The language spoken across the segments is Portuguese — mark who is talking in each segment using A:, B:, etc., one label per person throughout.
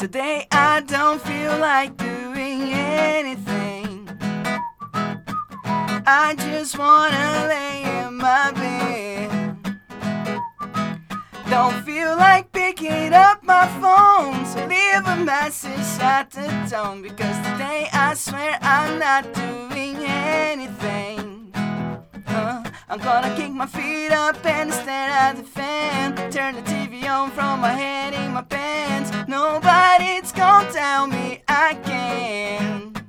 A: Today I don't feel like doing anything. I just wanna lay in my bed. Don't feel like picking up my phone, so leave a message at the tone. Because today I swear I'm not doing anything. Uh, I'm gonna kick my feet up and stare at the fan. Turn the TV on from my head in my pants. Nobody's gonna tell me I can't.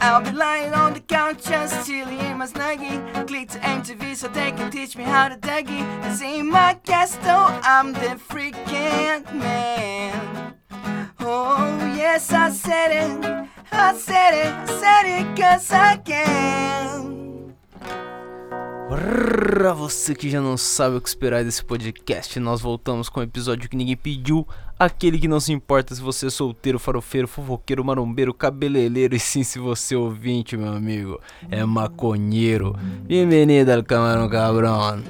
A: I'll be lying on the couch just chilling in my snuggie. Click to MTV so they can teach me how to duggy. And sing my guest though I'm the freaking man. Oh yes, I said it, I said it, I said it 'cause I can.
B: Pra você que já não sabe o que esperar desse podcast, nós voltamos com o episódio que ninguém pediu. Aquele que não se importa se você é solteiro, farofeiro, fofoqueiro, marombeiro, cabeleireiro e sim se você é ouvinte, meu amigo, é maconheiro. Bienvenido al camarão cabrón.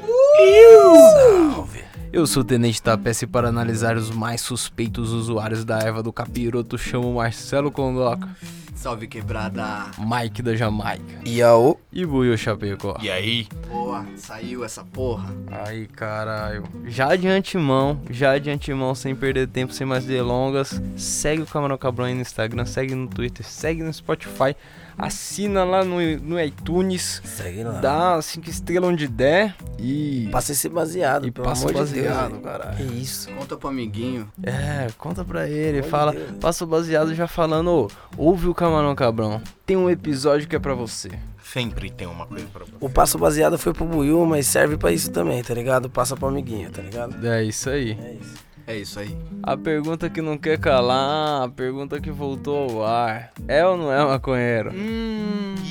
B: Salve. Eu sou o Tenente Tapece e para analisar os mais suspeitos usuários da erva do capiroto, chamo Marcelo Condoca,
C: Salve quebrada!
B: Mike da Jamaica
D: E a o
B: e Buiu Chapecó.
D: E aí?
C: Boa, saiu essa porra.
B: Ai, caralho. Já de antemão, já de antemão, sem perder tempo, sem mais delongas, segue o Camarão Cabrão aí no Instagram, segue no Twitter, segue no Spotify, assina lá no, no iTunes,
D: Segue lá.
B: dá 5 estrelas onde der e.
D: Passa esse baseado,
B: E
D: pelo
B: passa
D: amor
B: o baseado,
D: de Deus.
B: caralho.
D: Que isso?
C: Conta pro amiguinho.
B: É, conta pra ele,
D: Olha
B: fala,
D: Deus.
B: passa o baseado já falando, ô, ouve o Camarão Cabrão, tem um episódio que é pra você.
E: Sempre tem uma coisa pra você.
D: O passo baseado foi pro Buiu, mas serve pra isso também, tá ligado? Passa pro amiguinho, tá ligado?
B: É isso aí.
D: É isso.
C: É isso aí.
B: A pergunta que não quer calar, a pergunta que voltou ao ar. É ou não é maconheiro?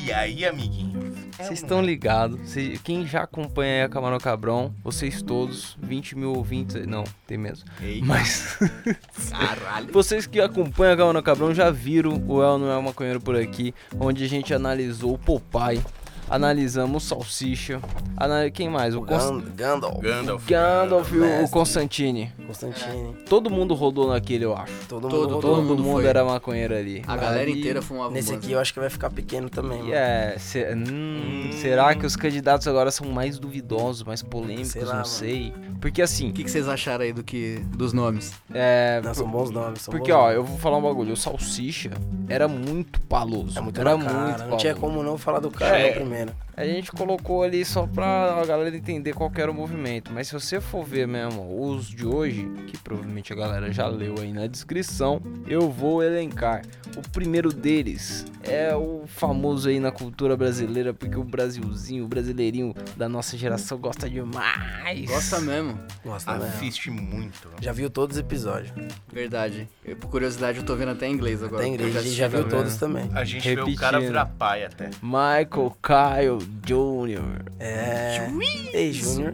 E: E aí, amiguinhos?
B: Vocês estão ligados, cê- quem já acompanha aí a Camarão Cabrão, vocês todos, 20 mil ouvintes, não, tem mesmo.
C: Ei,
B: Mas
C: caralho.
B: vocês que acompanham a Camarão Cabrão já viram o El Não É Maconheiro por aqui, onde a gente analisou o Popeye, analisamos o Salsicha, anal... quem mais? O,
D: O
B: Const...
D: Gand- Gandalf.
E: Gandalf.
B: Gandalf, e o- o
D: Mestre.
B: Constantine.
D: Constantine.
B: Todo mundo rodou naquele, eu acho.
D: Todo,
C: Todo-
D: mundo.
B: Todo,
C: mundo
B: mundo,
C: foi.
B: era maconheiro ali.
C: A galera
B: Ali-
C: inteira fumava
D: Nesse
C: maconha.
D: aqui eu acho que vai ficar pequeno também, mano.
B: É, se- hum, será que os candidatos agora são mais duvidosos, mais polêmicos,
D: Sei lá,
B: não
D: mano.
B: sei. Porque assim,
C: O que, que vocês acharam aí do que dos nomes?
B: é,
D: Não, são bons nomes. São
B: porque
D: bons
B: ó,
D: nomes.
B: eu vou falar um bagulho, o salsicha era muito paloso,
D: É muito
B: era
D: na cara,
B: muito
D: Não tinha
B: paloso.
D: como não falar do cara
B: É.
D: na primeira.
B: A gente colocou ali só pra a galera entender qual que era o movimento, mas se você for ver mesmo os de hoje, que provavelmente a galera já leu aí na descrição, eu vou elencar. O primeiro deles é o famoso aí na cultura brasileira, porque o Brasilzinho, o brasileirinho da nossa geração gosta demais.
C: Gosta mesmo.
D: Gosta, né?
E: Assiste muito.
D: Já viu todos os episódios.
C: Verdade. Eu, por curiosidade, eu tô vendo até em inglês agora.
D: Tem
C: porque eu
D: inglês, a gente
C: assisti
D: já viu
C: também.
D: todos também.
E: A gente vê
B: Repetindo.
E: o cara virar pai até.
B: Michael Kyle Jr.
D: É. Ei, Júnior.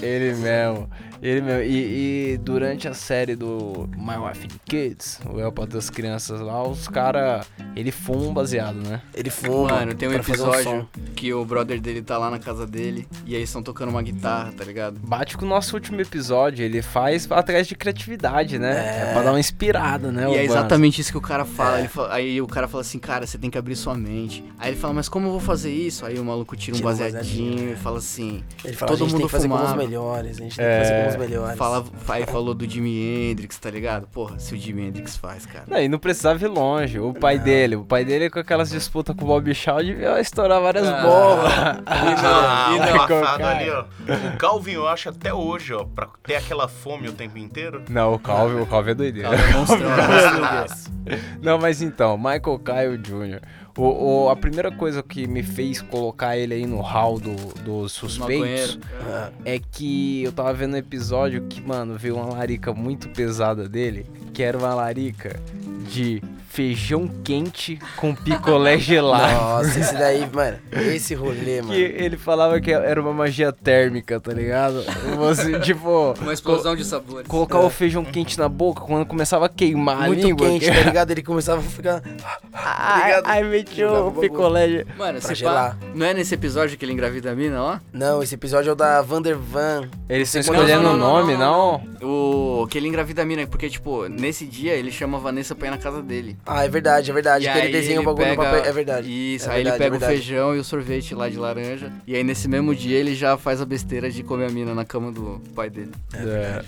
B: Ele mesmo. Ele mesmo. E, e durante a série do My Wife and Kids, o El para das crianças lá, os cara, ele fuma um baseado, né?
D: Ele fuma.
C: Mano, tem um
D: pra fazer um
C: episódio que o brother dele tá lá na casa dele e aí eles estão tocando uma guitarra, tá ligado?
B: Bate com o nosso último episódio, ele faz atrás de criatividade, né? É, pra dar uma inspirada, né?
C: E é
B: o Vans?
C: exatamente isso que o cara fala.
D: É.
C: Ele fala- Aí o cara fala assim, cara, você tem que abrir sua mente. Aí ele fala, mas como eu vou fazer isso? Aí o maluco tira um
D: Tira um
C: baseadinho
D: baseadinho.
C: e fala assim.
D: Ele fala, a
C: Todo
D: gente tem
C: mundo
D: que fazer
C: fumava.
D: como os melhores, a gente tem que
B: É.
D: fazer como os melhores.
C: Fala, aí falou do Jimi Hendrix, tá ligado? Porra, se o Jimi Hendrix faz, cara.
B: Não, e não precisava ir longe. O pai dele, o pai dele com aquelas disputas com o Bob Shaw devia estourar várias
C: Ah.
B: bolas.
E: Ah,
C: E não, e
E: o
C: não.
E: embaçado
B: cara.
E: ali, ó. O Calvin, eu acho até hoje, ó, pra ter aquela fome o tempo inteiro.
B: Não, o Calvin, o Calvin é doideira.
C: Cara, é monstrão, né?
B: Não, mas então, Michael Kyle Jr. O, o- a primeira coisa que me fez colocar ele aí no hall do, dos suspeitos
C: maconheiros.
B: é que eu tava vendo um episódio que, mano, veio uma larica muito pesada dele, que era uma larica de feijão quente com picolé gelado.
D: Nossa, esse daí, mano, esse rolê,
B: Que
D: mano.
B: ele falava que era uma magia térmica, tá ligado? Você, tipo,
C: Uma explosão de sabores.
B: colocar o feijão quente na boca quando começava a queimar
D: Muito
B: a língua.
D: quente, tá ligado? Ele começava a ficar.
B: Ai, ai, metiu o picolé.
C: Mano,
D: Pra
C: se pá,
D: gelar.
C: não é nesse episódio que ele engravida a mina lá?
D: Não, esse episódio é o da Vander Van.
B: Eles estão
C: Não,
B: escolhendo
C: não,
B: o
C: não,
B: nome, não?
C: O que ele engravida a mina, porque, tipo, nesse dia ele chama a Vanessa pra ir na casa dele.
D: Ah, é verdade, é verdade. que ele desenha o bagulho no papel. É verdade.
C: Isso,
D: é
C: aí
D: verdade,
C: ele pega
D: é
C: o
D: verdade.
C: feijão e o sorvete lá de laranja. E aí nesse mesmo dia ele já faz a besteira de comer a mina na cama do pai dele.
B: É.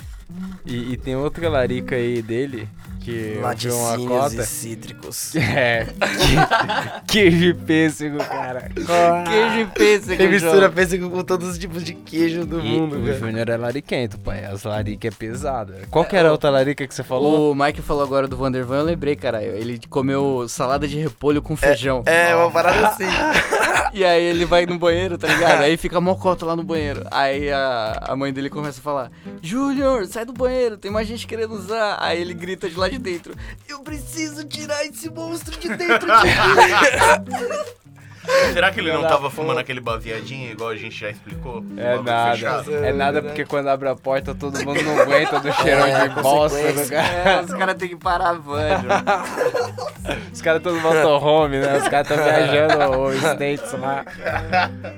B: E, e tem outra larica aí dele, que eu vi uma
D: Laticínios
B: cota.
D: e cítricos.
B: É, que- queijo e pêssego, cara.
C: Queijo e pêssego,
D: Ele mistura
C: João.
D: pêssego com todos os tipos de queijo do
B: E
D: mundo,
B: o
D: velho.
B: Júnior é lariquento, pai. As laricas é pesada. Qual que era a outra larica que você falou?
C: O Mike falou agora do Vandervan, eu lembrei, caralho. Ele comeu salada de repolho com feijão.
D: É, uma parada assim.
C: E aí ele vai no banheiro, tá ligado? Aí fica mocota lá no banheiro. Aí a, a mãe dele começa a falar: Júnior, sai do banheiro, tem mais gente querendo usar. Aí ele grita de lá de dentro: Eu preciso tirar esse monstro de dentro de mim.
E: Será que ele não tava fumando aquele baseadinho, igual a gente já explicou?
B: É
E: Bagulho
B: nada.
E: fechado?
B: É nada porque quando abre a porta todo mundo não aguenta do cheirão
D: É,
B: de bosta do
D: consequência.
B: cara.
C: É, os caras têm que parar a van, Júnior.
B: Os caras todos motorhome, né? Os caras estão viajando o States lá.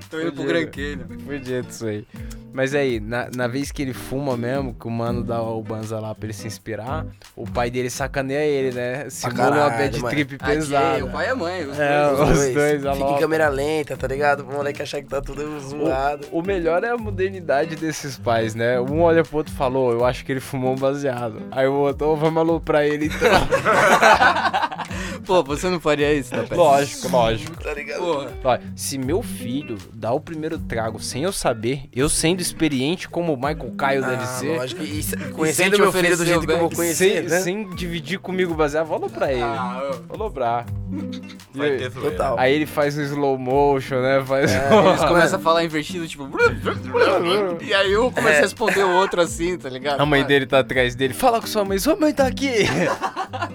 C: Tô indo pro
B: Fudido.
C: granqueiro.
B: Fudido isso aí. Mas aí, na, na vez que ele fuma mesmo, que o mano dá o banza lá pra ele se inspirar, o pai dele sacaneia ele, né? Simula uma
D: caralho,
B: bad
D: mano.
B: trip
C: Aqui,
B: pesada.
C: o pai e a mãe, os
B: É,
C: dois.
B: os dois, a
D: Fica em
B: logo.
D: câmera lenta, tá ligado? Pro moleque achar que tá tudo zoado.
B: O melhor é a modernidade desses pais, né? Um olha pro outro e falou, eu acho que ele fumou um baseado. Aí o outro, "Ô, vamos aloprar ele então.
C: Pô, você não faria isso, tá
B: lógico, lógico.
D: Tá ligado?
C: Porra.
B: Ó, se meu filho dá o primeiro trago sem eu saber, eu sendo experiente como o Michael Caio
D: Ah,
B: deve ser,
D: lógico. E, se-
C: sem
D: conhecendo
C: te
D: meu filho do
C: oferecer,
D: jeito que eu vou
C: velho.
D: conhecer,
B: sem,
D: né?
B: sem dividir comigo o baseado, vou aloprar ele.
C: Ah, eu-
B: Vou aloprar.
E: Vai ter zoeira.
D: Total.
B: Aí ele faz um slow motion, né? Faz
D: É,
C: Eles começam a falar invertido, tipo. E aí um começa a responder o outro assim, tá ligado?
B: A mãe dele tá atrás dele. Fala com sua mãe, sua mãe tá aqui.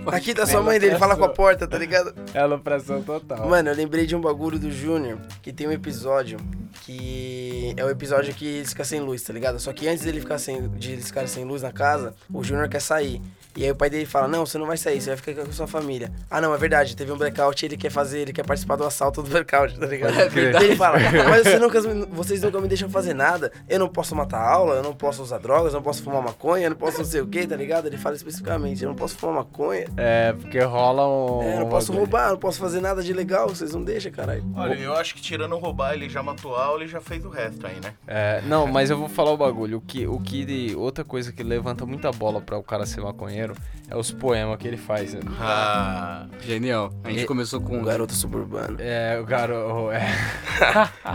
D: Aqui tá sua mãe dele, fala com a porta, tá ligado?
B: É alopração total.
D: Mano, eu lembrei de um bagulho do Júnior, que tem um episódio que é o episódio que eles ficam sem luz, tá ligado? Só que antes dele ficar sem, de eles ficarem sem luz na casa, o Júnior quer sair. E aí o pai dele fala: "Não, você não vai sair, você vai ficar com a sua família". Ah, não, é verdade, teve um blackout, ele quer fazer, ele quer participar do assalto do blackout, tá ligado?
C: É verdade.
D: Ele fala: "Mas você nunca, vocês nunca me deixam fazer nada. Eu não posso matar aula, eu não posso usar drogas, eu não posso fumar maconha, eu não posso não sei o quê, tá ligado?" Ele fala especificamente: "Eu não posso fumar maconha,
B: É, porque rola um.
D: é, eu não posso roubar, eu não posso fazer nada de legal, vocês não deixam, caralho.
E: Olha, eu acho que tirando roubar, ele já matou a aula e já fez o resto aí, né?
B: É, não, mas eu vou falar o bagulho. O que, o que outra coisa que levanta muita bola pra o cara ser maconheiro é os poemas que ele faz. Né?
E: Ah.
C: Genial. A gente
B: E-
C: começou com
D: Um garoto suburbano.
B: É, o garoto. É.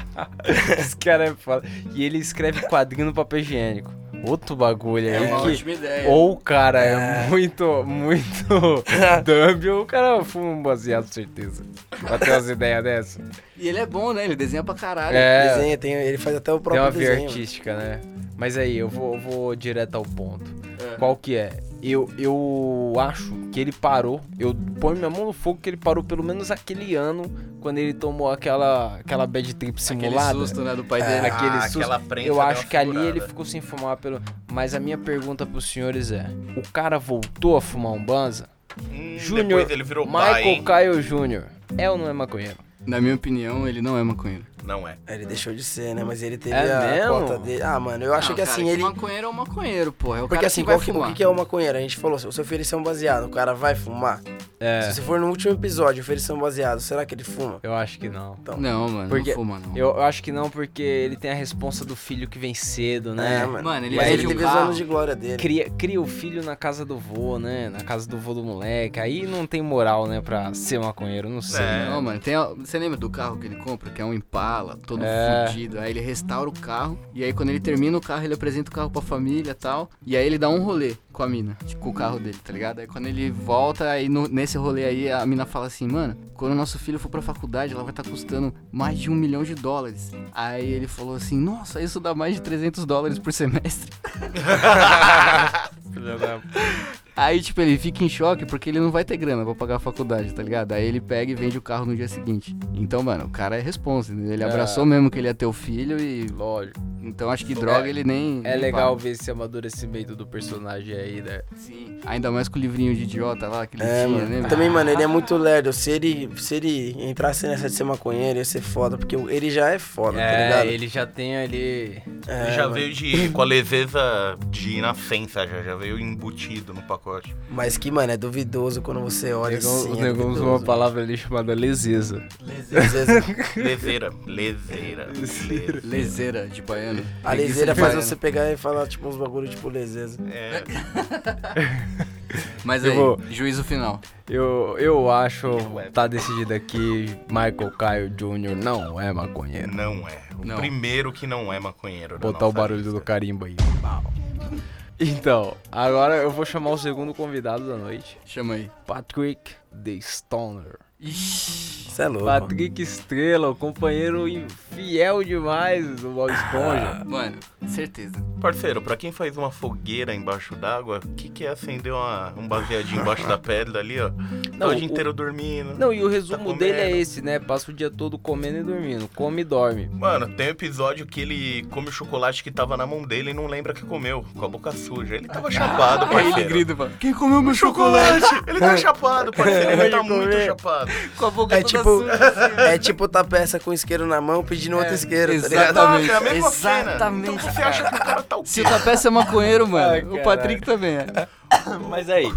B: Esse cara é foda. E ele escreve quadrinho no papel higiênico. Outro bagulho aí
C: É uma
B: que.
C: ótima ideia.
B: Ou o cara é muito, muito dumb, ou o cara fuma um baseado, certeza. Pra ter umas ideias dessa.
C: E ele é bom, né? Ele desenha pra caralho.
B: É,
D: Desenha, tem, ele faz até
B: tem
D: o
B: uma
D: próprio
B: veia
D: desenho.
B: artística, né? Mas aí, eu vou, eu vou direto ao ponto.
C: É.
B: Qual que é? Eu, eu acho que ele parou, eu ponho minha mão no fogo que ele parou pelo menos aquele ano, quando ele tomou aquela, aquela bad trip
C: Aquele
B: simulada.
C: susto, né, do pai
E: É,
C: dele.
B: aquele susto.
E: aquela prensa
B: Eu
E: deu
B: acho
E: uma
B: que ali
E: furada.
B: ele ficou sem fumar pelo. Mas a minha pergunta pros senhores é: o cara voltou a fumar um banza?
E: Hum,
B: Júnior,
E: depois ele virou pai,
B: Michael
E: hein?
B: Caio Jr. é ou não é maconheiro?
C: Na minha opinião, ele não é maconheiro.
E: Não é.
D: Ele deixou de ser, né? Mas ele teve
B: É
D: a
B: mesmo?
D: cota dele. Ah, mano, eu acho que assim, ele.
C: maconheiro é um maconheiro, porra. É o
D: Porque
C: cara
D: assim,
C: que vai
D: qual que, o
C: fumar.
D: que que é o maconheiro? A gente falou, se você oferecer um baseado, o cara vai fumar?
B: É,
D: Se você for no último episódio oferecer um baseado, será que ele fuma?
B: eu acho que não.
D: é
C: Não, mano,
B: Porque
C: não fuma, não.
B: Eu, eu acho que não, porque ele tem a responsa do filho que vem cedo, né?
D: É, mano.
C: Mano, ele
D: Mas
C: vende
D: ele
C: um
D: teve os
C: carro.
D: anos de glória dele.
B: Cria, cria o filho na casa do vô, né? Na casa do vô do moleque. Aí não tem moral, né, pra ser maconheiro, não sei.
E: É.
B: né?
C: Não, mano, tem a- você lembra do carro que ele compra? Que é um Impala, todo
B: É.
C: fudido. Aí ele restaura o carro, e aí quando ele termina o carro, ele apresenta o carro pra família e tal. E aí ele dá um rolê com a mina, tipo, com o carro dele, tá ligado? Aí quando ele volta, aí no- nesse rolê aí, a mina fala assim, mano, quando o nosso filho for pra faculdade, ela vai estar custando mais de um milhão de dólares. Aí ele falou assim, nossa, isso dá mais de 300 dólares por semestre. Aí, tipo, ele fica em choque porque ele não vai ter grana pra pagar a faculdade, tá ligado? Aí ele pega e vende o carro no dia seguinte. Então, mano, o cara é responsa, entendeu? Ele
B: É.
C: abraçou mesmo que ele ia ter o filho e.
B: Lógico.
C: Então acho que droga ele nem.
B: É
C: nem
B: legal
C: paga.
B: ver esse amadurecimento do personagem aí, né?
C: Sim. Ainda mais com o livrinho de idiota lá que ele
D: É,
C: tinha,
D: mano.
C: né?
D: Também, mano, ele é muito lerdo. Se ele, se ele entrasse nessa de ser maconheiro, ia ser foda. Porque ele já é foda, tá
B: É,
D: ligado?
B: ele já tem ali.
D: É,
E: Ele já
D: mano.
E: veio de, com a leveza de inocência, já, já veio embutido no pacote.
D: Mas que, mano, é duvidoso quando você olha
B: Negão-
D: assim.
B: o
D: é
B: negão usou uma
D: duvidoso.
B: palavra ali chamada leseza.
D: Às vezes,
E: Lezeira, lezeira, lezeira.
C: Lezeira de baiano.
D: A leseira faz você pegar e falar, tipo, uns bagulho, tipo, leseza.
E: É,
C: Mas
B: Eu
C: aí,
B: vou-
C: juízo final.
B: Eu, eu acho, tá decidido aqui, Michael Caio Jr. não é maconheiro.
E: não é. O
C: Não.
E: primeiro que não é maconheiro. da
B: Botar o
E: nossa
B: barulho
E: lista.
B: do carimbo aí. Pau. Então, agora eu vou chamar o segundo convidado da noite.
C: Chama aí.
B: Patrick The Stoner.
C: Ixi.
D: Isso é louco.
B: Patrick Estrela, o companheiro fiel demais do Bob Esponja.
C: Mano, certeza.
E: Parceiro, pra quem faz uma fogueira embaixo d'água, o que, que é acender uma- um baseadinho embaixo da pedra ali, ó? Tá
B: Não,
E: o dia
B: o-
E: inteiro dormindo.
B: Não, e o resumo
E: comendo.
B: dele é esse, né? Passa o dia todo comendo e dormindo. Come e dorme.
E: Mano, tem um episódio que ele come o chocolate que tava na mão dele e não lembra que comeu, com a boca suja. Ele tava chapado,
C: Aí ele
E: parceiro.
C: grita, mano. Quem comeu meu chocolate?
E: Chocolate! Ele tá chapado, parceiro. Ele tá muito chapado.
C: Com a boca
D: É
C: toda
D: tipo,
C: suja.
D: é tipo tá peça com isqueiro na mão pedindo outro isqueiro, tá ligado?
C: Exatamente.
E: Exatamente. É a mesma
D: Exatamente,
E: cena. Então você acha que o cara tá o
C: Se
E: quê?
C: o Tapeça é maconheiro, mano,
B: Ai,
C: o Patrick também é.
B: Mas aí,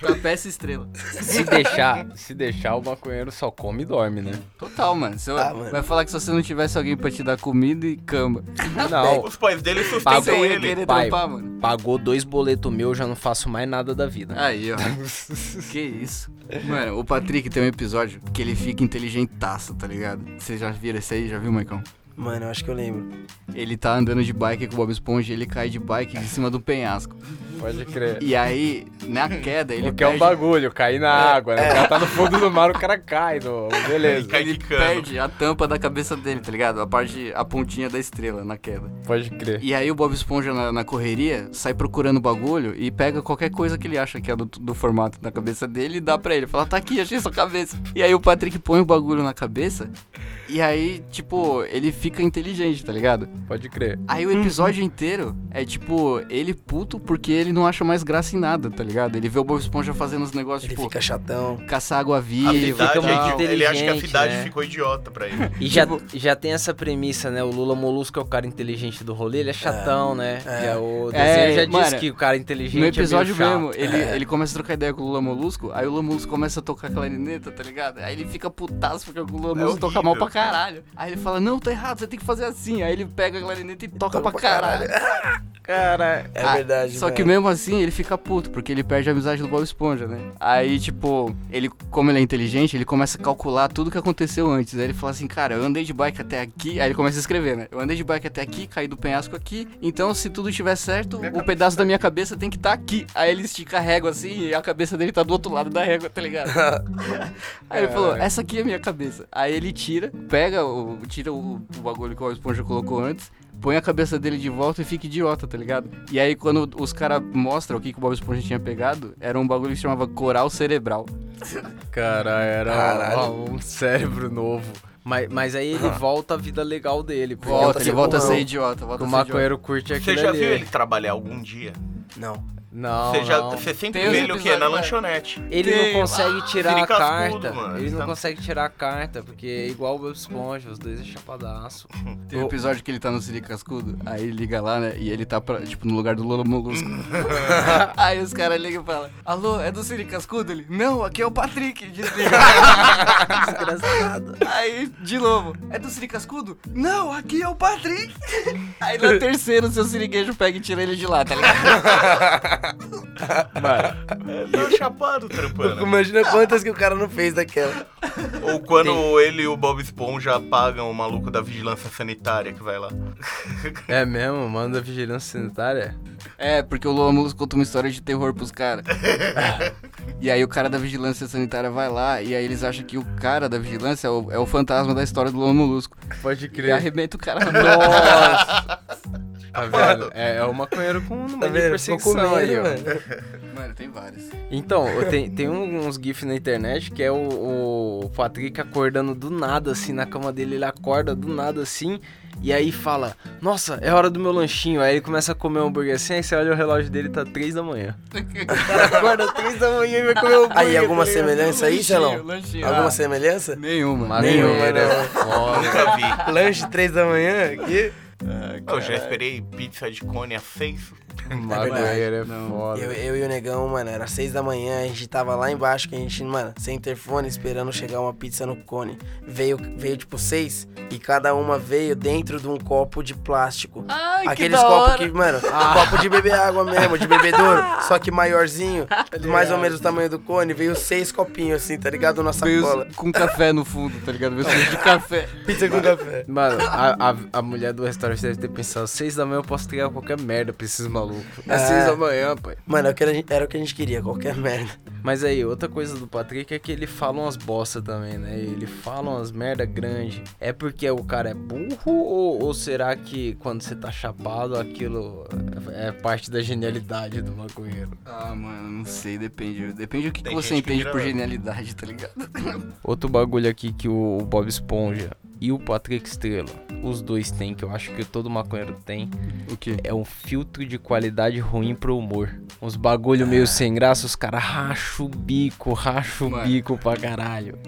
C: Tapeça estrela.
B: se deixar, se deixar, o maconheiro só come e dorme, né?
C: Total, mano. Você
D: Ah, mano.
C: vai falar que se você não tivesse alguém pra te dar comida e cama,
B: Não,
E: Os pais dele
C: você
E: sustentam
C: ia
E: ele.
C: querer
B: pai.
C: trampar, mano.
B: pagou dois boletos meus, já não faço mais nada da vida.
C: Aí, ó. que isso. Mano, o Patrick tem um episódio que ele fica inteligentaço, tá ligado? Vocês já viram esse aí? Já viu, Maicon?
D: Mano, eu acho que eu lembro.
C: Ele tá andando de bike com o Bob Esponja e ele cai de bike de cima do penhasco.
B: Pode crer.
C: E aí, na queda, ele
B: Porque é um
C: perde-
B: bagulho, cair na
E: É,
B: água, né? O cara tá no fundo do mar, o cara cai, no... beleza.
E: Cai
C: Ele
E: quicando.
C: perde a tampa da cabeça dele, tá ligado? A parte, a pontinha da estrela na queda.
B: Pode crer.
C: E aí o Bob Esponja na, na correria sai procurando o bagulho e pega qualquer coisa que ele acha que é do, do formato da cabeça dele e dá pra ele. Fala, tá aqui, achei sua cabeça. E aí o Patrick põe o bagulho na cabeça e aí, tipo, ele fica inteligente, tá ligado?
B: Pode crer.
C: Aí o
D: Uhum.
C: episódio inteiro é tipo, ele puto porque ele não acha mais graça em nada, tá ligado? Ele vê o Bob Esponja fazendo os negócios,
D: Ele
C: tipo,
D: fica chatão.
C: caçar água
E: A
C: viva.
E: cidade,
B: fica muito
E: ele- ele acha que a
B: inteligente,
E: cidade
B: né?
E: ficou idiota pra ele.
B: E já, já tem essa premissa, né? O Lula Molusco é o cara inteligente do rolê, ele é chatão, né? Já o
C: É,
B: desenho já
C: mano,
B: disse que o cara inteligente
C: No
B: é
C: episódio
B: meio chato. É.
C: mesmo, ele, ele começa a trocar ideia com o Lula Molusco, aí o Lula Molusco começa a tocar clarineta, tá ligado? Aí ele fica putaço porque o Lula Molusco toca
E: horrível.
C: mal pra caralho. Aí ele fala, não, tá errado, você tem que fazer assim. Aí ele pega a clarineta e toca pra caralho.
B: Cara,
D: É
C: Ah,
D: verdade,
C: Só que
D: mano.
C: mesmo assim ele fica puto, porque ele perde a amizade do Bob Esponja, né? Aí, tipo, ele, como ele é inteligente, ele começa a calcular tudo que aconteceu antes. Aí ele fala assim, cara, eu andei de bike até aqui. Aí ele começa a escrever, né? Eu andei de bike até aqui, caí do penhasco aqui. Então, se tudo estiver certo, o pedaço da minha cabeça tá tem que estar aqui. Aí ele estica a régua assim e a cabeça dele tá do outro lado da régua, tá ligado? Aí ele falou, essa aqui é a minha cabeça. Aí ele tira, pega o. tira o, o bagulho que o Bob Esponja colocou antes, põe a cabeça dele de volta e fica idiota, tá ligado? E aí quando os caras mostram o que, que o Bob Esponja tinha pegado, era um bagulho que se chamava coral cerebral.
B: cara era um cérebro novo. Mas, mas aí
E: Ah.
B: ele volta à vida legal dele. porque
C: Volta,
B: o-
C: ele volta a
B: o-
C: ser idiota, volta
B: O
C: a ser idiota.
B: maconheiro curte
E: Você
B: aquilo
E: já
B: ali. é
E: viu ele trabalhar algum dia?
D: Não.
B: Não,
E: Você, já,
B: não.
E: você sempre
C: Tem os
E: vê ele o quê? Na
C: episódios, né?
E: lanchonete.
B: Ele
C: Tem,
B: não consegue tirar a
E: Siri
B: carta.
E: cascudo, mano.
B: Ele não
E: Tá-
B: consegue tirar a carta, porque é igual o Bob Esponja, os dois é chapadaço.
C: Tem um episódio que ele tá no Siri Cascudo, aí liga lá, né? E ele tá, pra- tipo, no lugar do Lolo Molusco. aí os caras ligam e falam, alô, é do Siri Cascudo? Ele, não, aqui é o Patrick, desliga.
D: Desgraçado.
C: Aí, de novo, é do Siri Cascudo? Não, aqui é o Patrick. Aí na terceira, o seu siriguejo pega e tira ele de lá, tá ligado?
E: É, tá chapado trampando.
B: é-
D: Imagina quantas que o cara não fez daquela.
E: Ou quando ele e o Bob Esponja apagam o maluco da vigilância sanitária que vai lá.
B: É mesmo? Manda vigilância sanitária?
C: É, porque o Lula Molusco conta uma história de terror pros caras. E aí o cara da vigilância sanitária vai lá, e aí eles acham que o cara da vigilância é o, é o fantasma da história do Lula Molusco.
B: Pode
C: E
B: crer.
C: arrebenta o cara. Nossa!
B: Tá vendo? É, é o maconheiro com uma de perseguição aí, ó.
C: Mano, tem várias.
B: Então, eu tem, tem um- uns GIFs na internet que é o, o Patrick acordando do nada, assim, na cama dele. Ele acorda do nada, assim, e aí fala: Nossa, é hora do meu lanchinho. Aí ele começa a comer um hambúrguer assim, aí você olha o relógio dele tá 3 da manhã. O cara acorda 3 da manhã e vai comer um hambúrguer.
D: Aí, alguma
B: tá ligado?
D: semelhança aí, Celão?
C: lanchinho.
D: Alguma
C: Ah,
D: semelhança?
C: Nenhuma.
B: Maconheiro,
D: Nenhuma, né?
B: foda.
E: Nunca
B: Ah,
E: vi.
D: Lanche três da manhã aqui?
E: Eu já esperei pizza de cone a seis.
B: Maconheiro é
C: Não.
B: foda.
D: Eu, eu e o Negão, mano, era seis da manhã, a gente tava lá embaixo, que a gente, mano, sem interfone, esperando chegar uma pizza no cone. Veio, veio tipo seis, e cada uma veio dentro de um copo de plástico.
C: Ai, que
D: Aqueles
C: da
D: copos
C: hora.
D: que, mano, um copo de beber água mesmo, de bebedouro, só que maiorzinho,
C: Tá
D: mais ou menos o tamanho do cone, veio seis copinhos assim, tá ligado? Na
C: Veio
D: sacola.
C: com café no fundo, tá ligado? Veio suco de café.
D: Pizza com café.
B: Mano, a, a, a mulher do restaurante deve ter pensado, seis da manhã eu posso trigar qualquer merda pra esses malucos. É
D: É.
B: seis da manhã, pai.
D: Mano, era o que a gente- era o que a gente queria, qualquer merda.
B: Mas aí, outra coisa do Patrick é que ele fala umas bosta também, né? Ele fala umas merda grande. É porque o cara é burro ou, ou será que quando você tá chapado aquilo é é parte da genialidade do maconheiro?
C: Ah, mano, não sei, depende. Depende do que,
E: Tem
C: que você
E: gente que
C: entende
E: vira-
C: por genialidade, tá ligado?
B: Outro bagulho aqui que o, o Bob Esponja e o Patrick Estrela, os dois têm, que eu acho que todo maconheiro tem,
C: O quê?
B: é um filtro de qualidade ruim pro humor. Uns bagulho meio sem graça, os caras racham o bico, racham o
C: Mano.
B: bico pra caralho.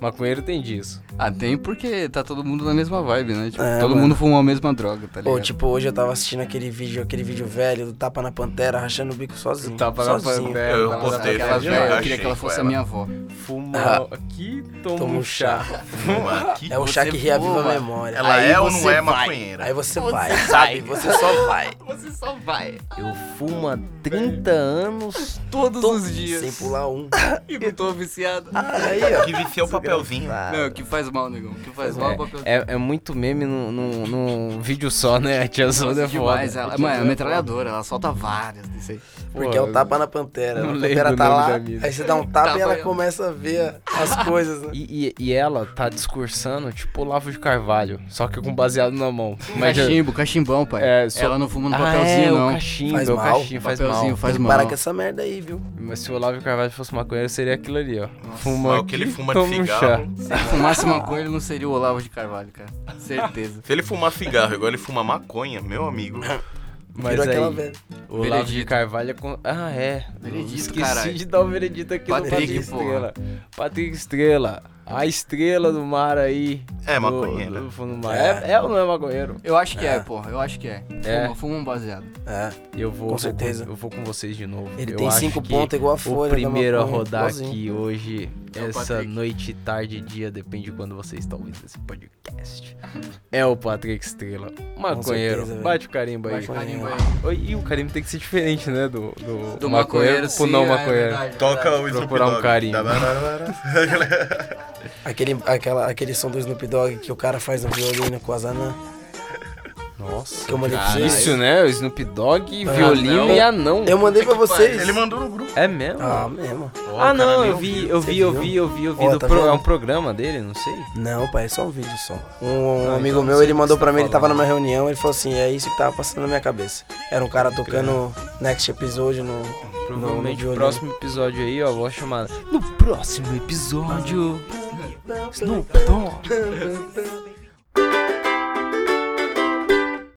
B: Maconheiro tem disso.
C: Ah, tem porque tá todo mundo na mesma vibe, né? Tipo,
D: É,
C: todo
D: mano.
C: mundo fuma a mesma droga, tá ligado?
D: Pô, tipo, hoje eu tava assistindo aquele vídeo, aquele vídeo velho do Tapa na Pantera, rachando o bico sozinho.
B: Tava na
D: sozinho.
B: pantera,
E: Eu
B: tava na
C: Nossa,
E: postei,
C: aquela
E: né?
B: pantera.
E: Eu
C: velha, eu
E: achei
C: queria que ela
E: com
C: fosse a
E: ela.
C: minha avó.
B: Fuma aqui, toma
D: Ah, Toma
B: um
D: um
B: chá.
E: Mano, que
D: É o chá
C: Você
D: que reaviva
C: voa.
D: a memória.
E: Ela
D: Aí
E: é ou
D: você
E: não é
D: vai.
E: maconheira?
D: Aí você vai, sabe? Você só vai.
C: Você só vai.
B: Eu fumo há 30 anos.
C: Todos os dias.
D: Sem pular Ah. um.
C: E não tô viciado.
D: Aí,
E: Que vicia o papelzinho.
C: Não, o que faz mal, negão. O que faz mal é o papel.
B: É, é muito meme num, num, num vídeo só, né? A tia Zona é foda.
C: demais. Ela, mano, é uma metralhadora, ela solta várias, não sei.
D: Porque é o tapa na pantera.
B: não
D: A
B: lembro o
D: pantera tá
B: nome
D: lá,
B: da mina.
D: aí você dá um tapa
C: Tapa
D: e ela
C: ela.
D: começa a ver as coisas, né?
B: E, e, e ela tá discursando tipo Olavo de Carvalho, só que com baseado na mão. Mas
C: Um Cachimbo, cachimbão, pai.
B: É, só-
C: Ela não fuma no
B: Ah,
C: papelzinho,
B: é,
C: não.
B: O cachimbo,
D: Faz
B: é o
D: mal.
B: cachimbo, faz
C: Papelzinho
B: mal.
C: faz
D: Tem que
C: mal.
D: parar com essa merda aí, viu?
B: Mas se o Olavo de Carvalho fosse maconheiro, seria aquilo ali, ó. Fuma
E: Mas o
B: aqui,
E: que ele fuma de
B: toma um chá.
E: cigarro.
C: Se ele fumasse maconha, ele não seria o Olavo de Carvalho, cara. Certeza.
E: Se ele fumar cigarro igual ele fuma maconha, meu amigo.
B: Mas
D: Virou aquela
B: aí,
D: velha.
B: o Olavo de
C: Veredito.
B: Carvalho é com... Ah, é.
C: Veredito,
B: Esqueci
C: caralho.
B: de dar o veredito aqui no
C: Patrick,
B: Patrick
C: porra.
B: Estrela. Patrick Estrela, a estrela do mar aí.
E: É,
B: do-
E: maconheira.
B: do fundo do mar. É, é ou não é maconheiro?
C: Eu acho que é, porra. Eu acho que é.
B: É.
C: Fuma, fuma um baseado.
D: É.
B: Eu vou,
D: Com
B: vou
D: certeza.
B: eu vou com vocês de novo.
D: Ele
B: Eu
D: tem
B: acho
D: cinco
B: que
D: pontos igual a
B: O
D: folha. da
B: primeiro a
D: maconha,
B: rodar
D: igualzinho.
B: aqui hoje,
C: É o
B: essa
C: Patrick.
B: noite, tarde, dia, depende de quando vocês estão ouvindo esse podcast. É o Patrick Estrela, maconheiro.
D: certeza, velho.
B: Bate o carimbo aí.
D: Bate o carimbo aí.
B: Oi, E o carimbo tem que ser diferente, né? Do, do,
C: Do maconheiro,
B: pro um não
C: sim, é
B: maconheiro.
C: verdade.
E: Toca o Snoop
B: Procurar um
E: Dogg. Tá,
B: carinho.
D: Aquele, aquela, aquele som do Snoop Dogg que o cara faz no violino com as anã.
B: Nossa.
D: Que eu mandei pra
C: Caralho.
D: vocês.
B: Isso, né? O Snoop Dogg,
D: Ah,
B: violino
D: não.
B: e anão.
D: Eu mandei pra vocês.
E: Ele mandou no grupo.
B: É mesmo?
D: Ah, mesmo.
B: Ah, não, eu
E: vi.
B: vi, eu vi,
D: Você
B: eu
D: viu?
B: vi, eu vi, eu vi.
D: Ó,
B: do
D: tá
B: pro-
D: vendo?
B: É um programa dele, não sei.
D: Não, pai, é só um vídeo só. Um,
B: Ah,
D: amigo
B: então não
D: meu,
B: sei
D: ele
B: o que
D: mandou
B: você
D: pra
B: tá
D: mim, ele tava na
B: falando.
D: minha reunião, ele falou assim, é isso que tava passando na minha cabeça. Era um cara tocando Next Episode no...
B: Provavelmente
D: no
B: no
D: violino.
B: próximo episódio aí, ó, vou chamar. No próximo episódio. Snoop Dogg.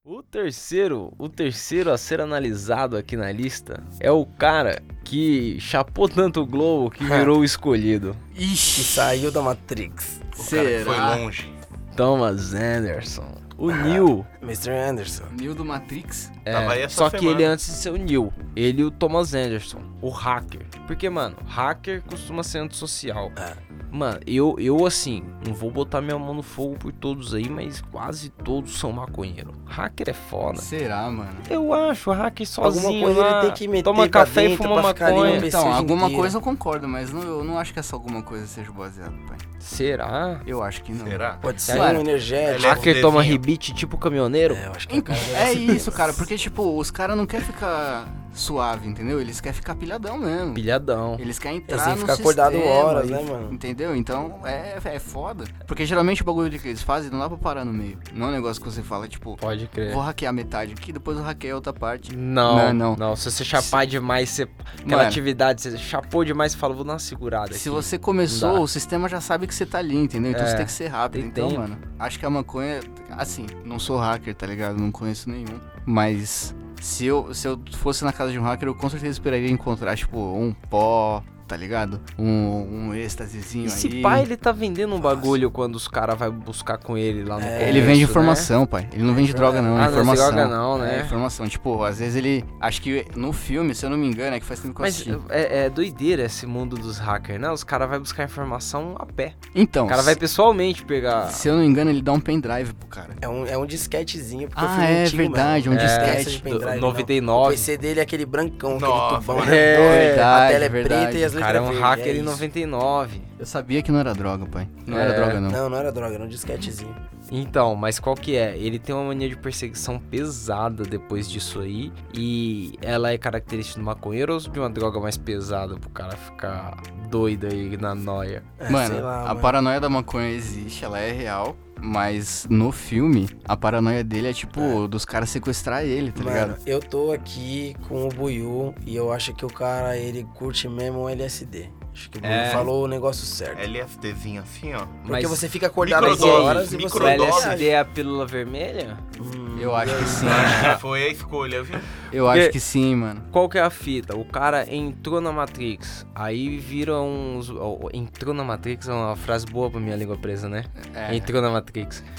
B: O terceiro, o terceiro a ser analisado aqui na lista é o cara que chapou tanto o Globo que virou o escolhido.
D: Que
C: Ixi,
D: saiu da Matrix.
E: Cara, foi
C: será?
E: longe.
B: Thomas Anderson. O Neil.
D: Mr. Anderson.
C: Nil do Matrix?
B: É,
E: Ah. Tava aí essa
B: só que
E: semana.
B: ele antes de ser o Neil, ele e o Thomas Anderson, o hacker. Porque, mano, hacker costuma ser antissocial.
D: É.
B: Mano, eu, eu assim, não vou botar minha mão no fogo por todos aí, mas quase todos são maconheiro. Hacker é foda.
C: Será, mano?
B: Eu acho, hacker sozinho
D: Alguma coisa
B: lá,
D: ele tem que meter
B: toma
D: pra
B: café e
D: dentro
B: fuma
D: pra ficar
B: maconha.
D: limpo.
C: Então,
D: Seja
C: alguma
D: inteiro.
C: coisa eu concordo, mas não, eu não acho que essa alguma coisa seja baseada, pai.
B: Será?
C: Eu acho
B: é-
C: que não.
E: Será?
D: Pode ser
C: Cara,
D: um
E: Ele é
D: energético.
B: hacker toma
E: desenho.
B: rebite tipo caminhoneiro?
D: É, eu acho que o cara deve
C: É
D: ser
C: isso, cara, porque, tipo, os caras não querem ficar suave, entendeu? Eles querem ficar pilhadão mesmo.
B: Pilhadão.
C: Eles querem
B: Assim,
C: entrar
D: Eles têm que
C: no
D: ficar acordado
C: sistema,
D: horas,
C: e-
D: né, mano?
C: Entendeu? Então é, é foda. Porque geralmente o bagulho que eles fazem não dá pra parar no meio. Não é um negócio que você fala, tipo,
B: Pode crer.
C: vou hackear metade aqui, depois eu hackeio a outra parte.
B: Não, não,
C: Não, não.
B: não. se você chapar demais, você... aquela
C: Mano.
B: atividade, você chapou demais, você fala, vou dar uma segurada aqui.
C: Se
B: né?
C: você
B: Não dá.
C: começou, o sistema já sabe que você tá ali, entendeu? Então
B: É,
C: você tem que ser rápido.
B: tem
C: então,
B: tempo.
C: mano, acho que a maconha. Assim, não sou hacker, tá ligado? Não conheço nenhum. Mas se eu, se eu fosse na casa de um hacker, eu com certeza esperaria encontrar, tipo, um pó, tá ligado? Um, um êxtasezinho
B: E se
C: aí.
B: pai ele tá vendendo um bagulho quando os caras vão buscar com ele lá no
D: É,
B: começo,
C: Ele vende
B: né?
C: informação, pai. Ele não vende droga, não.
B: Ah,
C: É
B: não,
C: informação.
B: droga não, né?
C: É informação. Tipo, às vezes ele. Acho que no filme, se eu não me engano, é que faz tempo que eu
B: Mas
C: assisti.
B: é, é doideira esse mundo dos hackers, né? Os caras vão buscar informação a pé.
C: Então.
B: O cara vai pessoalmente pegar.
C: se, se eu não me engano, ele dá um pendrive pro cara.
D: É um, é um disquetezinho, porque o
C: Ah,
D: filme
C: é
D: antigo, mano.
C: verdade, é um
D: Não tem essa de
C: disquete.
D: pendrive, não. O
B: 99.
D: PC dele é aquele brancão,
E: Nossa,
D: aquele tubão.
E: mano.
D: né?
B: É,
D: a
C: verdade,
D: tela é
C: verdade.
D: preta e as
B: O
D: letras
B: cara é um
D: verdes,
B: hacker em
D: isso.
B: 99.
C: Eu sabia que não era droga, pai. Não
B: É.
C: era droga, não.
D: Não, não era droga, era um disquetezinho.
B: Então, mas qual que é? Ele tem uma mania de perseguição pesada depois disso aí. E ela é característica do maconheiro ou de uma droga mais pesada pro cara ficar doido aí na noia?
D: É, sei
C: mano,
D: lá,
C: a
D: mano.
C: paranoia da maconha existe, ela é real. Mas no filme, a paranoia dele é tipo dos caras sequestrar ele, tá
D: Mano,
C: ligado?
D: eu tô aqui com o Buiu e eu acho que o cara, ele curte mesmo um LSD. Acho que o Buiu
B: É.
D: falou o negócio certo.
E: LSDzinho assim, ó.
D: Porque
B: Mas
D: você fica acordado
B: Microdose,
D: 11 horas e você...
B: o
E: microdose.
B: LSD é a pílula vermelha?
D: Hum,
C: Eu acho que sim.
E: Ah, Foi a escolha, viu?
C: Eu
B: Porque-
C: acho que sim, mano.
B: Qual que é a fita? O cara entrou na Matrix, aí vira uns... ó, Entrou na Matrix é uma frase boa pra minha língua presa, né?
C: É.
B: Entrou na Matrix.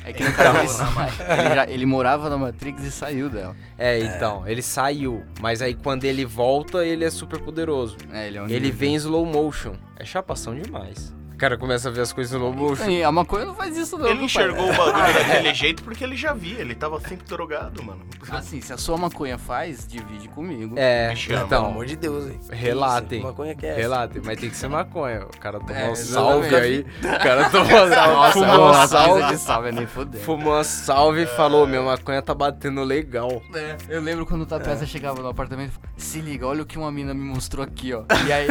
C: É que no caso, ele, ele já- ele morava na Matrix e saiu dela.
B: É, então, ele saiu, mas aí quando ele volta, ele é super poderoso.
C: É, ele é um
B: Ele
C: nível.
B: vem em slow motion. É chapação demais. O cara começa a ver as coisas em slow motion.
C: Aí, a maconha não faz isso, não.
E: Ele
C: meu
E: enxergou
C: pai.
E: o bagulho daquele jeito porque ele já via, ele tava sempre drogado, mano.
C: Assim, se a sua maconha faz, divide comigo.
B: É,
E: Me chama.
D: Pelo
B: então,
D: amor de Deus, hein. Que
B: relatem.
D: isso? Que Maconha que é essa?
B: relatem, mas tem que ser maconha. O cara tomou
C: É,
B: um salve aí.
C: exatamente.
B: O cara tomou um
C: Nossa,
B: salve, fumou uma
C: nossa, coisa
B: salve.
C: de salve é nem foder.
B: Fumou uma salve e falou: Meu maconha tá batendo legal.
C: É, Eu lembro quando o Tapeza chegava no apartamento e falava, se liga, olha o que uma mina me mostrou aqui, ó. E aí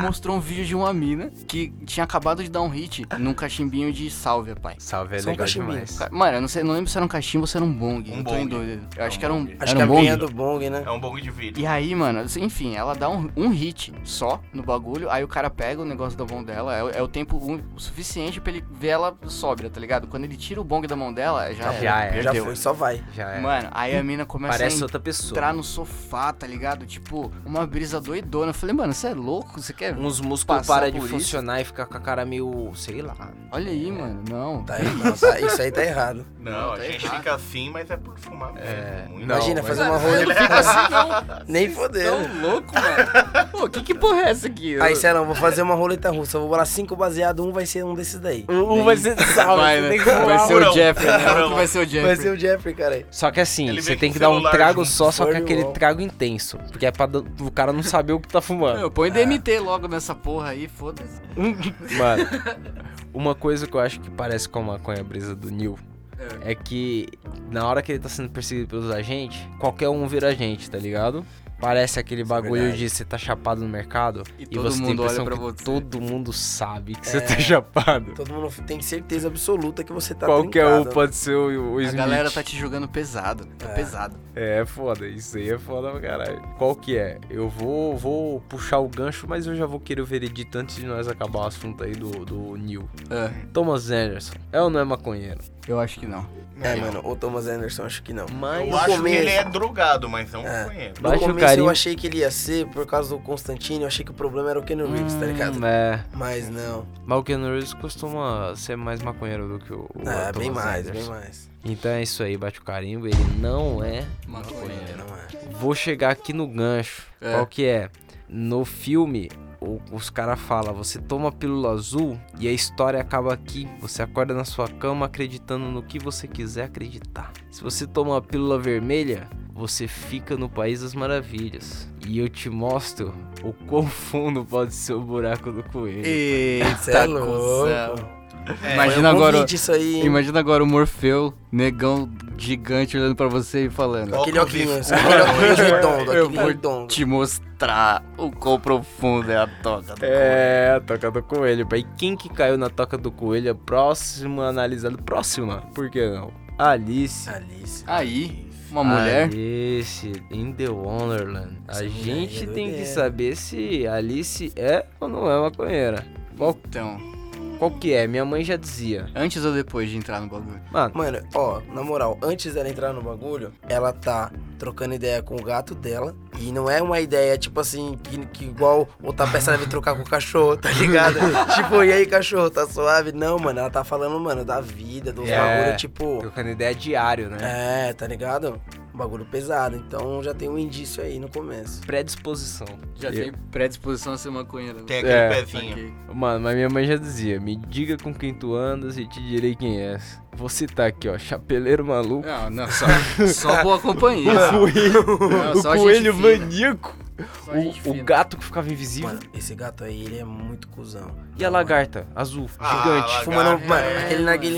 C: mostrou um vídeo de uma mina que tinha acabado de dar um hit num cachimbinho de sálvia, pai.
B: Salve é
D: Só um
B: legal
D: cachimbinho.
B: demais.
C: Ca- Mano, eu não, sei, não lembro se era um cachimbo ou se era um bong.
E: Um
C: eu tô em
E: bong.
C: dúvida. Eu
E: É
C: acho
E: um
C: que era um,
E: bong.
C: era
D: Acho
C: um
D: que a
C: bong.
D: vinha do Bong, né?
E: É um bom de vidro.
C: E aí, mano, enfim, ela dá um, um hit só no bagulho, aí o cara pega o negócio da mão dela, é, o- é o tempo um- o suficiente pra ele ver ela sóbria, tá ligado? Quando ele tira o bong da mão dela, já,
B: Já
C: era,
B: era.
D: Já
C: perdeu.
D: foi, só vai.
B: Já é.
C: Mano, aí a mina começa a
B: Parece
C: en-
B: outra pessoa.
C: entrar no sofá, tá ligado? Tipo, uma brisa doidona. Eu falei, mano, você é louco? Você quer.
B: Uns músculos
C: Passar
B: param de
C: por isso.
B: funcionar e fica com a cara meio. sei lá.
C: Olha aí, mano. Não.
D: Tá errado, tá- isso aí tá errado.
E: Não, a
C: tá
E: gente
C: errado.
E: fica assim, mas é por fumar mesmo. muito.
B: Não,
D: Imagina,
B: mas- é
D: fazer uma rolha.
C: fico assim, não.
D: Nem fodendo.
C: Tão louco, mano. Pô, que, que porra é essa aqui?
D: Aí, Celão, vou fazer uma roleta russa. Vou bolar cinco baseado, um vai ser um desses daí.
B: Um vai ser salve,
C: Vai,
B: você
C: né?
B: tem que fumar.
C: Vai ser o
E: Furão.
C: Jeffrey, né?
E: Furão.
C: Claro que Vai ser o
D: Vai
C: Jeffrey.
D: ser o Jeffrey, cara. aí.
B: Só que assim,
E: Ele
B: você
E: vem
B: tem
E: com
B: que
E: o
B: dar um
E: celular
B: trago
E: junto,
B: só, só que
D: firewall.
B: aquele trago intenso. Porque é pra do- o cara não saber o que tá fumando.
C: Meu, põe DMT logo nessa porra aí, foda-se.
B: Mano, uma coisa que eu acho que parece com a maconha brisa do Neil é que na hora que ele tá sendo perseguido pelos agentes, qualquer um vira agente, tá ligado? Parece aquele
D: é
B: bagulho
D: verdade.
B: de você tá chapado no mercado
C: E
B: e,
C: todo
B: você tem a
C: mundo olha
B: impressão
C: pra
B: que
C: você. É.
B: todo mundo sabe que você tá chapado.
D: Todo mundo tem certeza absoluta que você tá
B: Qualquer um
D: trincado.
B: pode ser o, o
C: A
B: Smith.
C: galera tá te jogando pesado. Tá pesado.
B: É foda, isso aí é foda pra caralho. Qual que é? Eu vou, vou puxar o gancho, mas eu já vou querer o veredito antes de nós acabar o assunto aí do, do Neil.
C: É,
B: Thomas Anderson, é ou não é maconheiro?
C: eu acho que não.
D: É, mano, o Thomas Anderson acho que não.
B: Mas
E: Eu acho que
D: começo.
E: ele é drogado, mas não conheço.
D: No
B: Baixa o
D: começo
B: carimbo.
D: eu achei que ele ia ser, por causa do Constantino, eu achei que o problema era o Keanu Reeves, tá ligado?
B: Hum, É,
D: Mas não.
B: mas o Keanu Reeves costuma ser mais maconheiro do que o, o
D: Ah, bem
B: Thomas
D: mais,
B: Anderson.
D: bem mais.
B: Então é isso aí, bate o carimbo, ele não é maconheiro.
D: Não é.
B: Vou chegar aqui no gancho.
C: É.
B: Qual que é? No filme, o- os caras falam, você toma a pílula azul e a história acaba aqui. Você acorda na sua cama acreditando no que você quiser acreditar. Se você toma a pílula vermelha, você fica no País das Maravilhas. E eu te mostro o quão fundo pode ser o buraco do coelho.
C: Eita,
D: Você é louco.
C: cuzão.
E: É,
C: Imagina
D: eu
C: agora.
D: convide isso aí.
C: Imagina agora o Morfeu, negão gigante, olhando pra você e falando.
D: Aquele
E: Óculos
D: óculos,
E: de-
D: aquele óculos redondo,
C: Eu
D: aquele
C: vou
D: redondo.
C: Te mostrar o quão profundo é a toca do
B: É, a toca do coelho, pai. E Quem que caiu na toca do coelho? é Próxima, analisado. Próxima, por que não? Alice.
D: Alice.
C: Aí, uma mulher.
B: Alice in the Wonderland. A
D: Essa mulher aí é
B: gente tem que
D: doideira.
B: saber se Alice é ou não é maconheira. Qual,
C: Então,
B: qual que é? Minha mãe já dizia.
C: antes ou depois de entrar no bagulho?
B: Mano,
D: Mano, ó, na moral, antes dela entrar no bagulho, ela tá trocando ideia com o gato dela. E não é uma ideia, tipo assim, que, que igual outra peça deve trocar com o cachorro, tá ligado? tipo, e aí, cachorro, tá suave? Não, mano, ela tá falando, mano, da vida, dos
B: É.
D: bagulhos, tipo.
B: trocando ideia diário, né?
D: É, tá ligado? Bagulho pesado. Então já tem um indício aí no começo.
B: Predisposição.
C: Já
B: Eu-
C: tem predisposição a ser maconheira. né?
E: Tem aquele
B: É.
E: pezinho.
C: Saquei.
B: Mano, mas minha mãe já dizia: me diga com quem tu andas e te direi quem és. Vou citar aqui, ó: Chapeleiro Maluco.
C: Não, não, só, só boa companhia. Não,
B: o
C: só gente
B: coelho
C: fina.
B: maníaco.
C: Só gente
B: O, o
C: fina.
B: gato que ficava invisível.
D: Mano, esse gato aí, ele é muito cuzão.
B: E a lagarta, azul,
E: Ah,
B: gigante.
E: lagarta.
D: Fumando,
E: Lagarto.
D: mano,
C: É,
D: aquele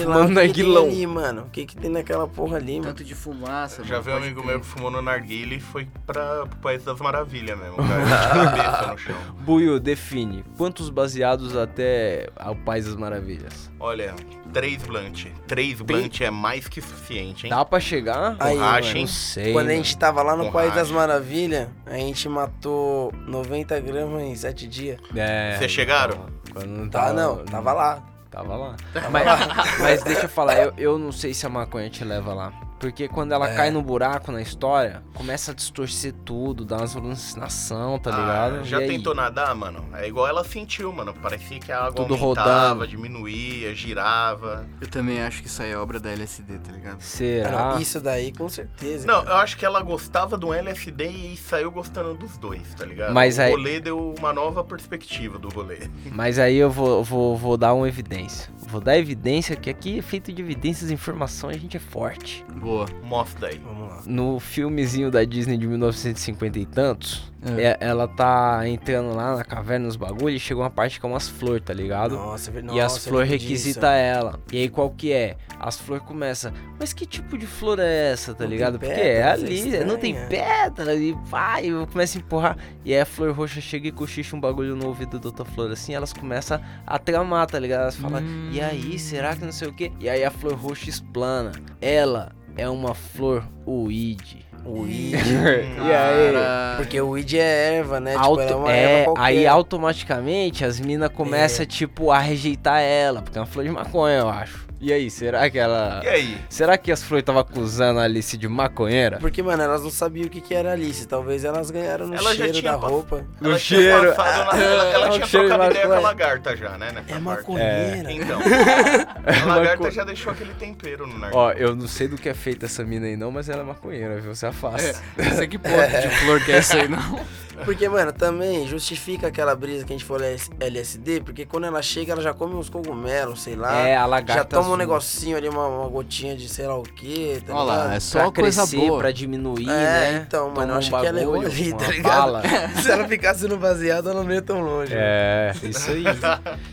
C: mano.
D: narguilão.
B: Fumando
D: o que que tem
B: narguilão.
D: ali, mano? O que que tem naquela porra ali, mano?
C: Tanto de fumaça.
E: Já
C: mano,
E: vi um
C: pode
E: amigo
C: crer.
E: meu que fumou no narguile e foi pra, pro País das Maravilhas mesmo. Cara, de cabeça no chão.
B: Buio, define. Quantos baseados até ao País das Maravilhas?
E: Olha, três blunt. Três blunt é mais que suficiente, hein?
B: Dá pra chegar?
D: Aí,
E: Borracha,
D: mano.
E: hein?
B: Não sei.
D: Quando a
B: mano.
D: gente tava lá no
E: Borracha.
D: País das Maravilhas, a gente matou 90 gramas em 7 dias.
B: É,
E: Vocês chegaram?
B: Quando não
D: Tá,
B: tava,
D: não, tava lá.
B: Tava lá. Mas, mas deixa eu falar, eu, eu não sei se a maconha te leva lá. Porque quando ela
D: É.
B: cai no buraco na história, começa a distorcer tudo, dá umas alucinação, tá
E: Ah,
B: ligado?
E: já
B: E aí?
E: tentou nadar, mano? É igual ela sentiu, mano. Parecia que a água
B: Tudo
E: aumentava,
B: rodando.
E: diminuía, girava.
C: Eu também acho que isso aí é obra da LSD, tá ligado?
B: Será?
D: Cara, Isso daí, com certeza.
E: Não,
D: cara.
E: eu acho que ela gostava do LSD e saiu gostando dos dois, tá ligado?
B: Mas
E: o
B: aí-
E: rolê deu uma nova perspectiva do rolê.
B: Mas aí eu vou, vou, vou dar uma evidência. Vou dar evidência que aqui é feito de evidências e informação, a gente é forte.
C: Boa.
E: Mostra aí.
D: Vamos lá.
B: no filmezinho da Disney de 1950 e tantos, é- ela tá entrando lá na caverna, nos bagulhos, e chegou uma parte que é umas flores, tá ligado?
D: Nossa, é ver-
B: e
D: nossa,
B: as
D: eu
B: flores
D: lembro disso.
B: requisita ela. E aí qual que é? As flores começam, mas que tipo de flor é essa, tá
D: Não tem
B: ligado? Porque é
D: pedras, é
B: ali, não tem
D: estranha.
B: pedra, e vai, eu começo a empurrar. E aí a flor roxa chega e cochicha um bagulho no ouvido da outra flor, assim, elas começam a tramar, tá ligado? Elas falam,
C: Hum.
B: e aí, será que não sei o quê? E aí a flor roxa explana, ela é uma flor uíde.
D: O weed.
B: E aí?
C: Cara,
D: Porque o weed é erva, né?
B: Auto-
D: tipo, é uma erva
B: é,
D: qualquer.
B: aí automaticamente as minas começam,
D: É.
B: tipo, a rejeitar ela, porque é uma flor de maconha, eu acho. E aí, será que ela.
E: E aí?
B: Será que as flores estavam acusando a Alice de maconheira?
D: Porque, mano, elas não sabiam o que, que era Alice. Talvez elas ganharam no
E: Ela já
D: cheiro
E: tinha
D: da
E: pass-
D: roupa.
B: No
E: ela
B: cheiro.
E: Tinha passado na- ela ela
B: É, o
E: tinha
B: cheiro
E: trocado
B: de
E: ideia com a
B: maconha.
E: lagarta já, né? nessa
D: É
E: parte.
D: maconheira.
E: Então, a
B: maconha.
E: lagarta já deixou aquele tempero no narguilé.
B: É Ó, eu não sei do que é feita essa mina aí, não, mas ela é maconheira, viu? Você afasta.
C: é, não sei que porra de flor que é essa aí, não.
D: Porque, mano, também justifica aquela brisa que a gente falou LSD, porque quando ela chega, ela já come uns cogumelos, sei lá.
B: É, a lagarta.
D: já toma
B: azul.
D: um negocinho ali, uma, uma gotinha de sei lá o que, tá
C: Olha lá, é
D: ligado?
B: Pra
C: só
B: crescer,
C: coisa boa.
B: pra diminuir,
D: É,
B: né?
D: então, mano,
B: Toma
D: eu acho
B: um
D: que ela errou
B: bagulho,
D: ali,
B: uma
D: tá ligado?
B: bala.
D: Se ela ficasse no baseado, ela não ia tão longe. né?
B: É, isso aí.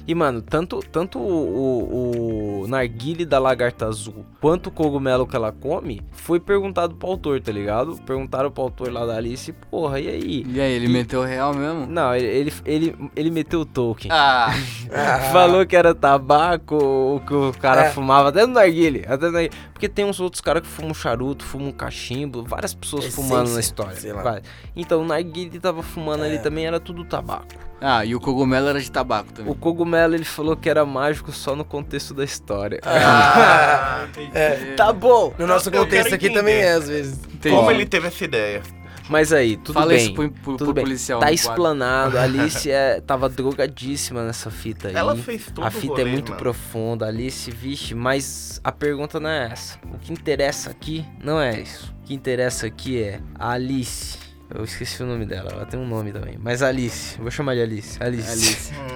B: E, mano, tanto, tanto o, o, o narguile da lagarta azul quanto o cogumelo que ela come foi perguntado pro autor, tá ligado? Perguntaram pro autor lá da Alice, porra, e aí?
C: E aí, ele meteu real mesmo?
B: Não, ele, ele, ele, ele meteu o Tolkien.
C: Ah,
D: Ah,
B: Falou que era tabaco, o que o cara
D: É.
B: fumava, até no narguile, até no narguile. Porque tem uns outros caras que fumam charuto, fumam cachimbo, várias pessoas
D: É Essência,
B: fumando na história.
D: sei lá.
B: várias. Então o narguile tava fumando ali
D: É.
B: também, era tudo tabaco.
C: ah, e o cogumelo era de tabaco também.
B: O cogumelo ele falou que era mágico só no contexto da história.
E: Ah, entendi.
D: é.
B: Tá bom.
D: No nosso
E: Eu quero
D: contexto aqui
E: entender.
D: também é, às vezes.
C: Entendi.
E: Como ele teve essa ideia?
B: Mas aí, tudo
C: Fala
B: bem.
C: isso pro, pro-
B: tudo
C: pro
B: bem.
C: policial.
B: tá
C: no
B: explanado. A Alice é, tava drogadíssima nessa fita aí.
E: Ela fez tudo
B: a fita é muito profunda, Alice, vixe, mas a pergunta não é essa. O que interessa aqui não é isso. O que interessa aqui é a Alice. Eu esqueci o nome dela, ela tem um nome também. Mas Alice, eu vou chamar de Alice. Alice.
C: quadro. Alice.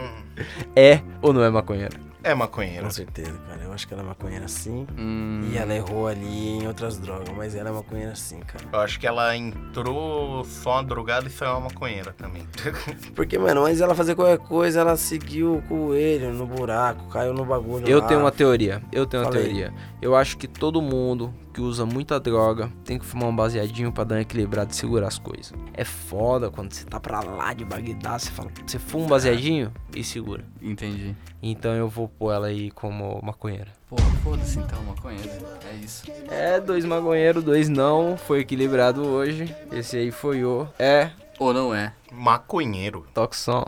E: Hum,
B: É ou não é maconheira?
E: é maconheira.
D: Com certeza, cara. Eu acho que ela é maconheira sim.
F: Hum,
D: E ela errou ali em outras drogas, mas ela é maconheira sim, cara.
E: Eu acho que ela entrou só uma drogada e saiu uma maconheira também.
D: Porque, mano, antes ela fazer qualquer coisa, ela seguiu o coelho no buraco, caiu no bagulho.
B: Eu
D: lá.
B: tenho uma teoria. Eu tenho uma
D: Ah. Fala aí.
B: teoria. Eu acho que todo mundo que usa muita droga tem que fumar um baseadinho pra dar uma equilibrada e segurar as coisas. É foda quando você tá pra lá de Bagdá, você fala, você fuma um baseadinho e segura.
F: entendi.
B: Então eu vou pôr ela aí como maconheira.
F: Pô, foda-se então, maconheiro. É isso.
B: É, dois maconheiros, dois não. Foi equilibrado hoje. Esse aí foi o. É,
F: Ou não é?
E: Maconheiro.
B: toque som.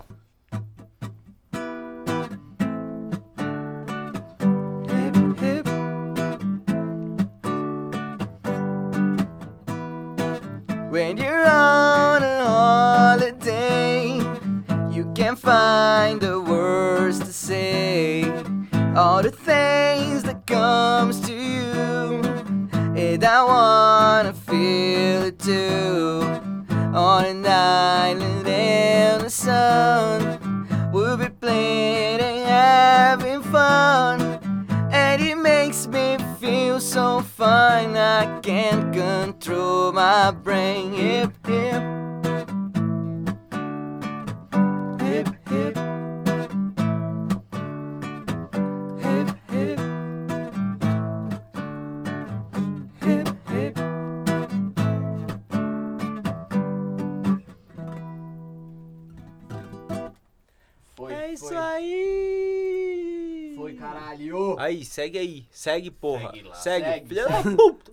C: When you're on a holiday, you can't find the words to say. All the things that comes to you, and I wanna feel it too. On an island in the sun, we'll be playing and having fun. And it makes me feel so fine I can't control my brain Hip hip Hip hip Hip hip Hip hip
F: Foi,
B: É isso aí!
F: caralho.
B: Aí, segue aí, segue, porra.
E: Segue lá.
B: Segue,
F: Segue,
B: filha da puta.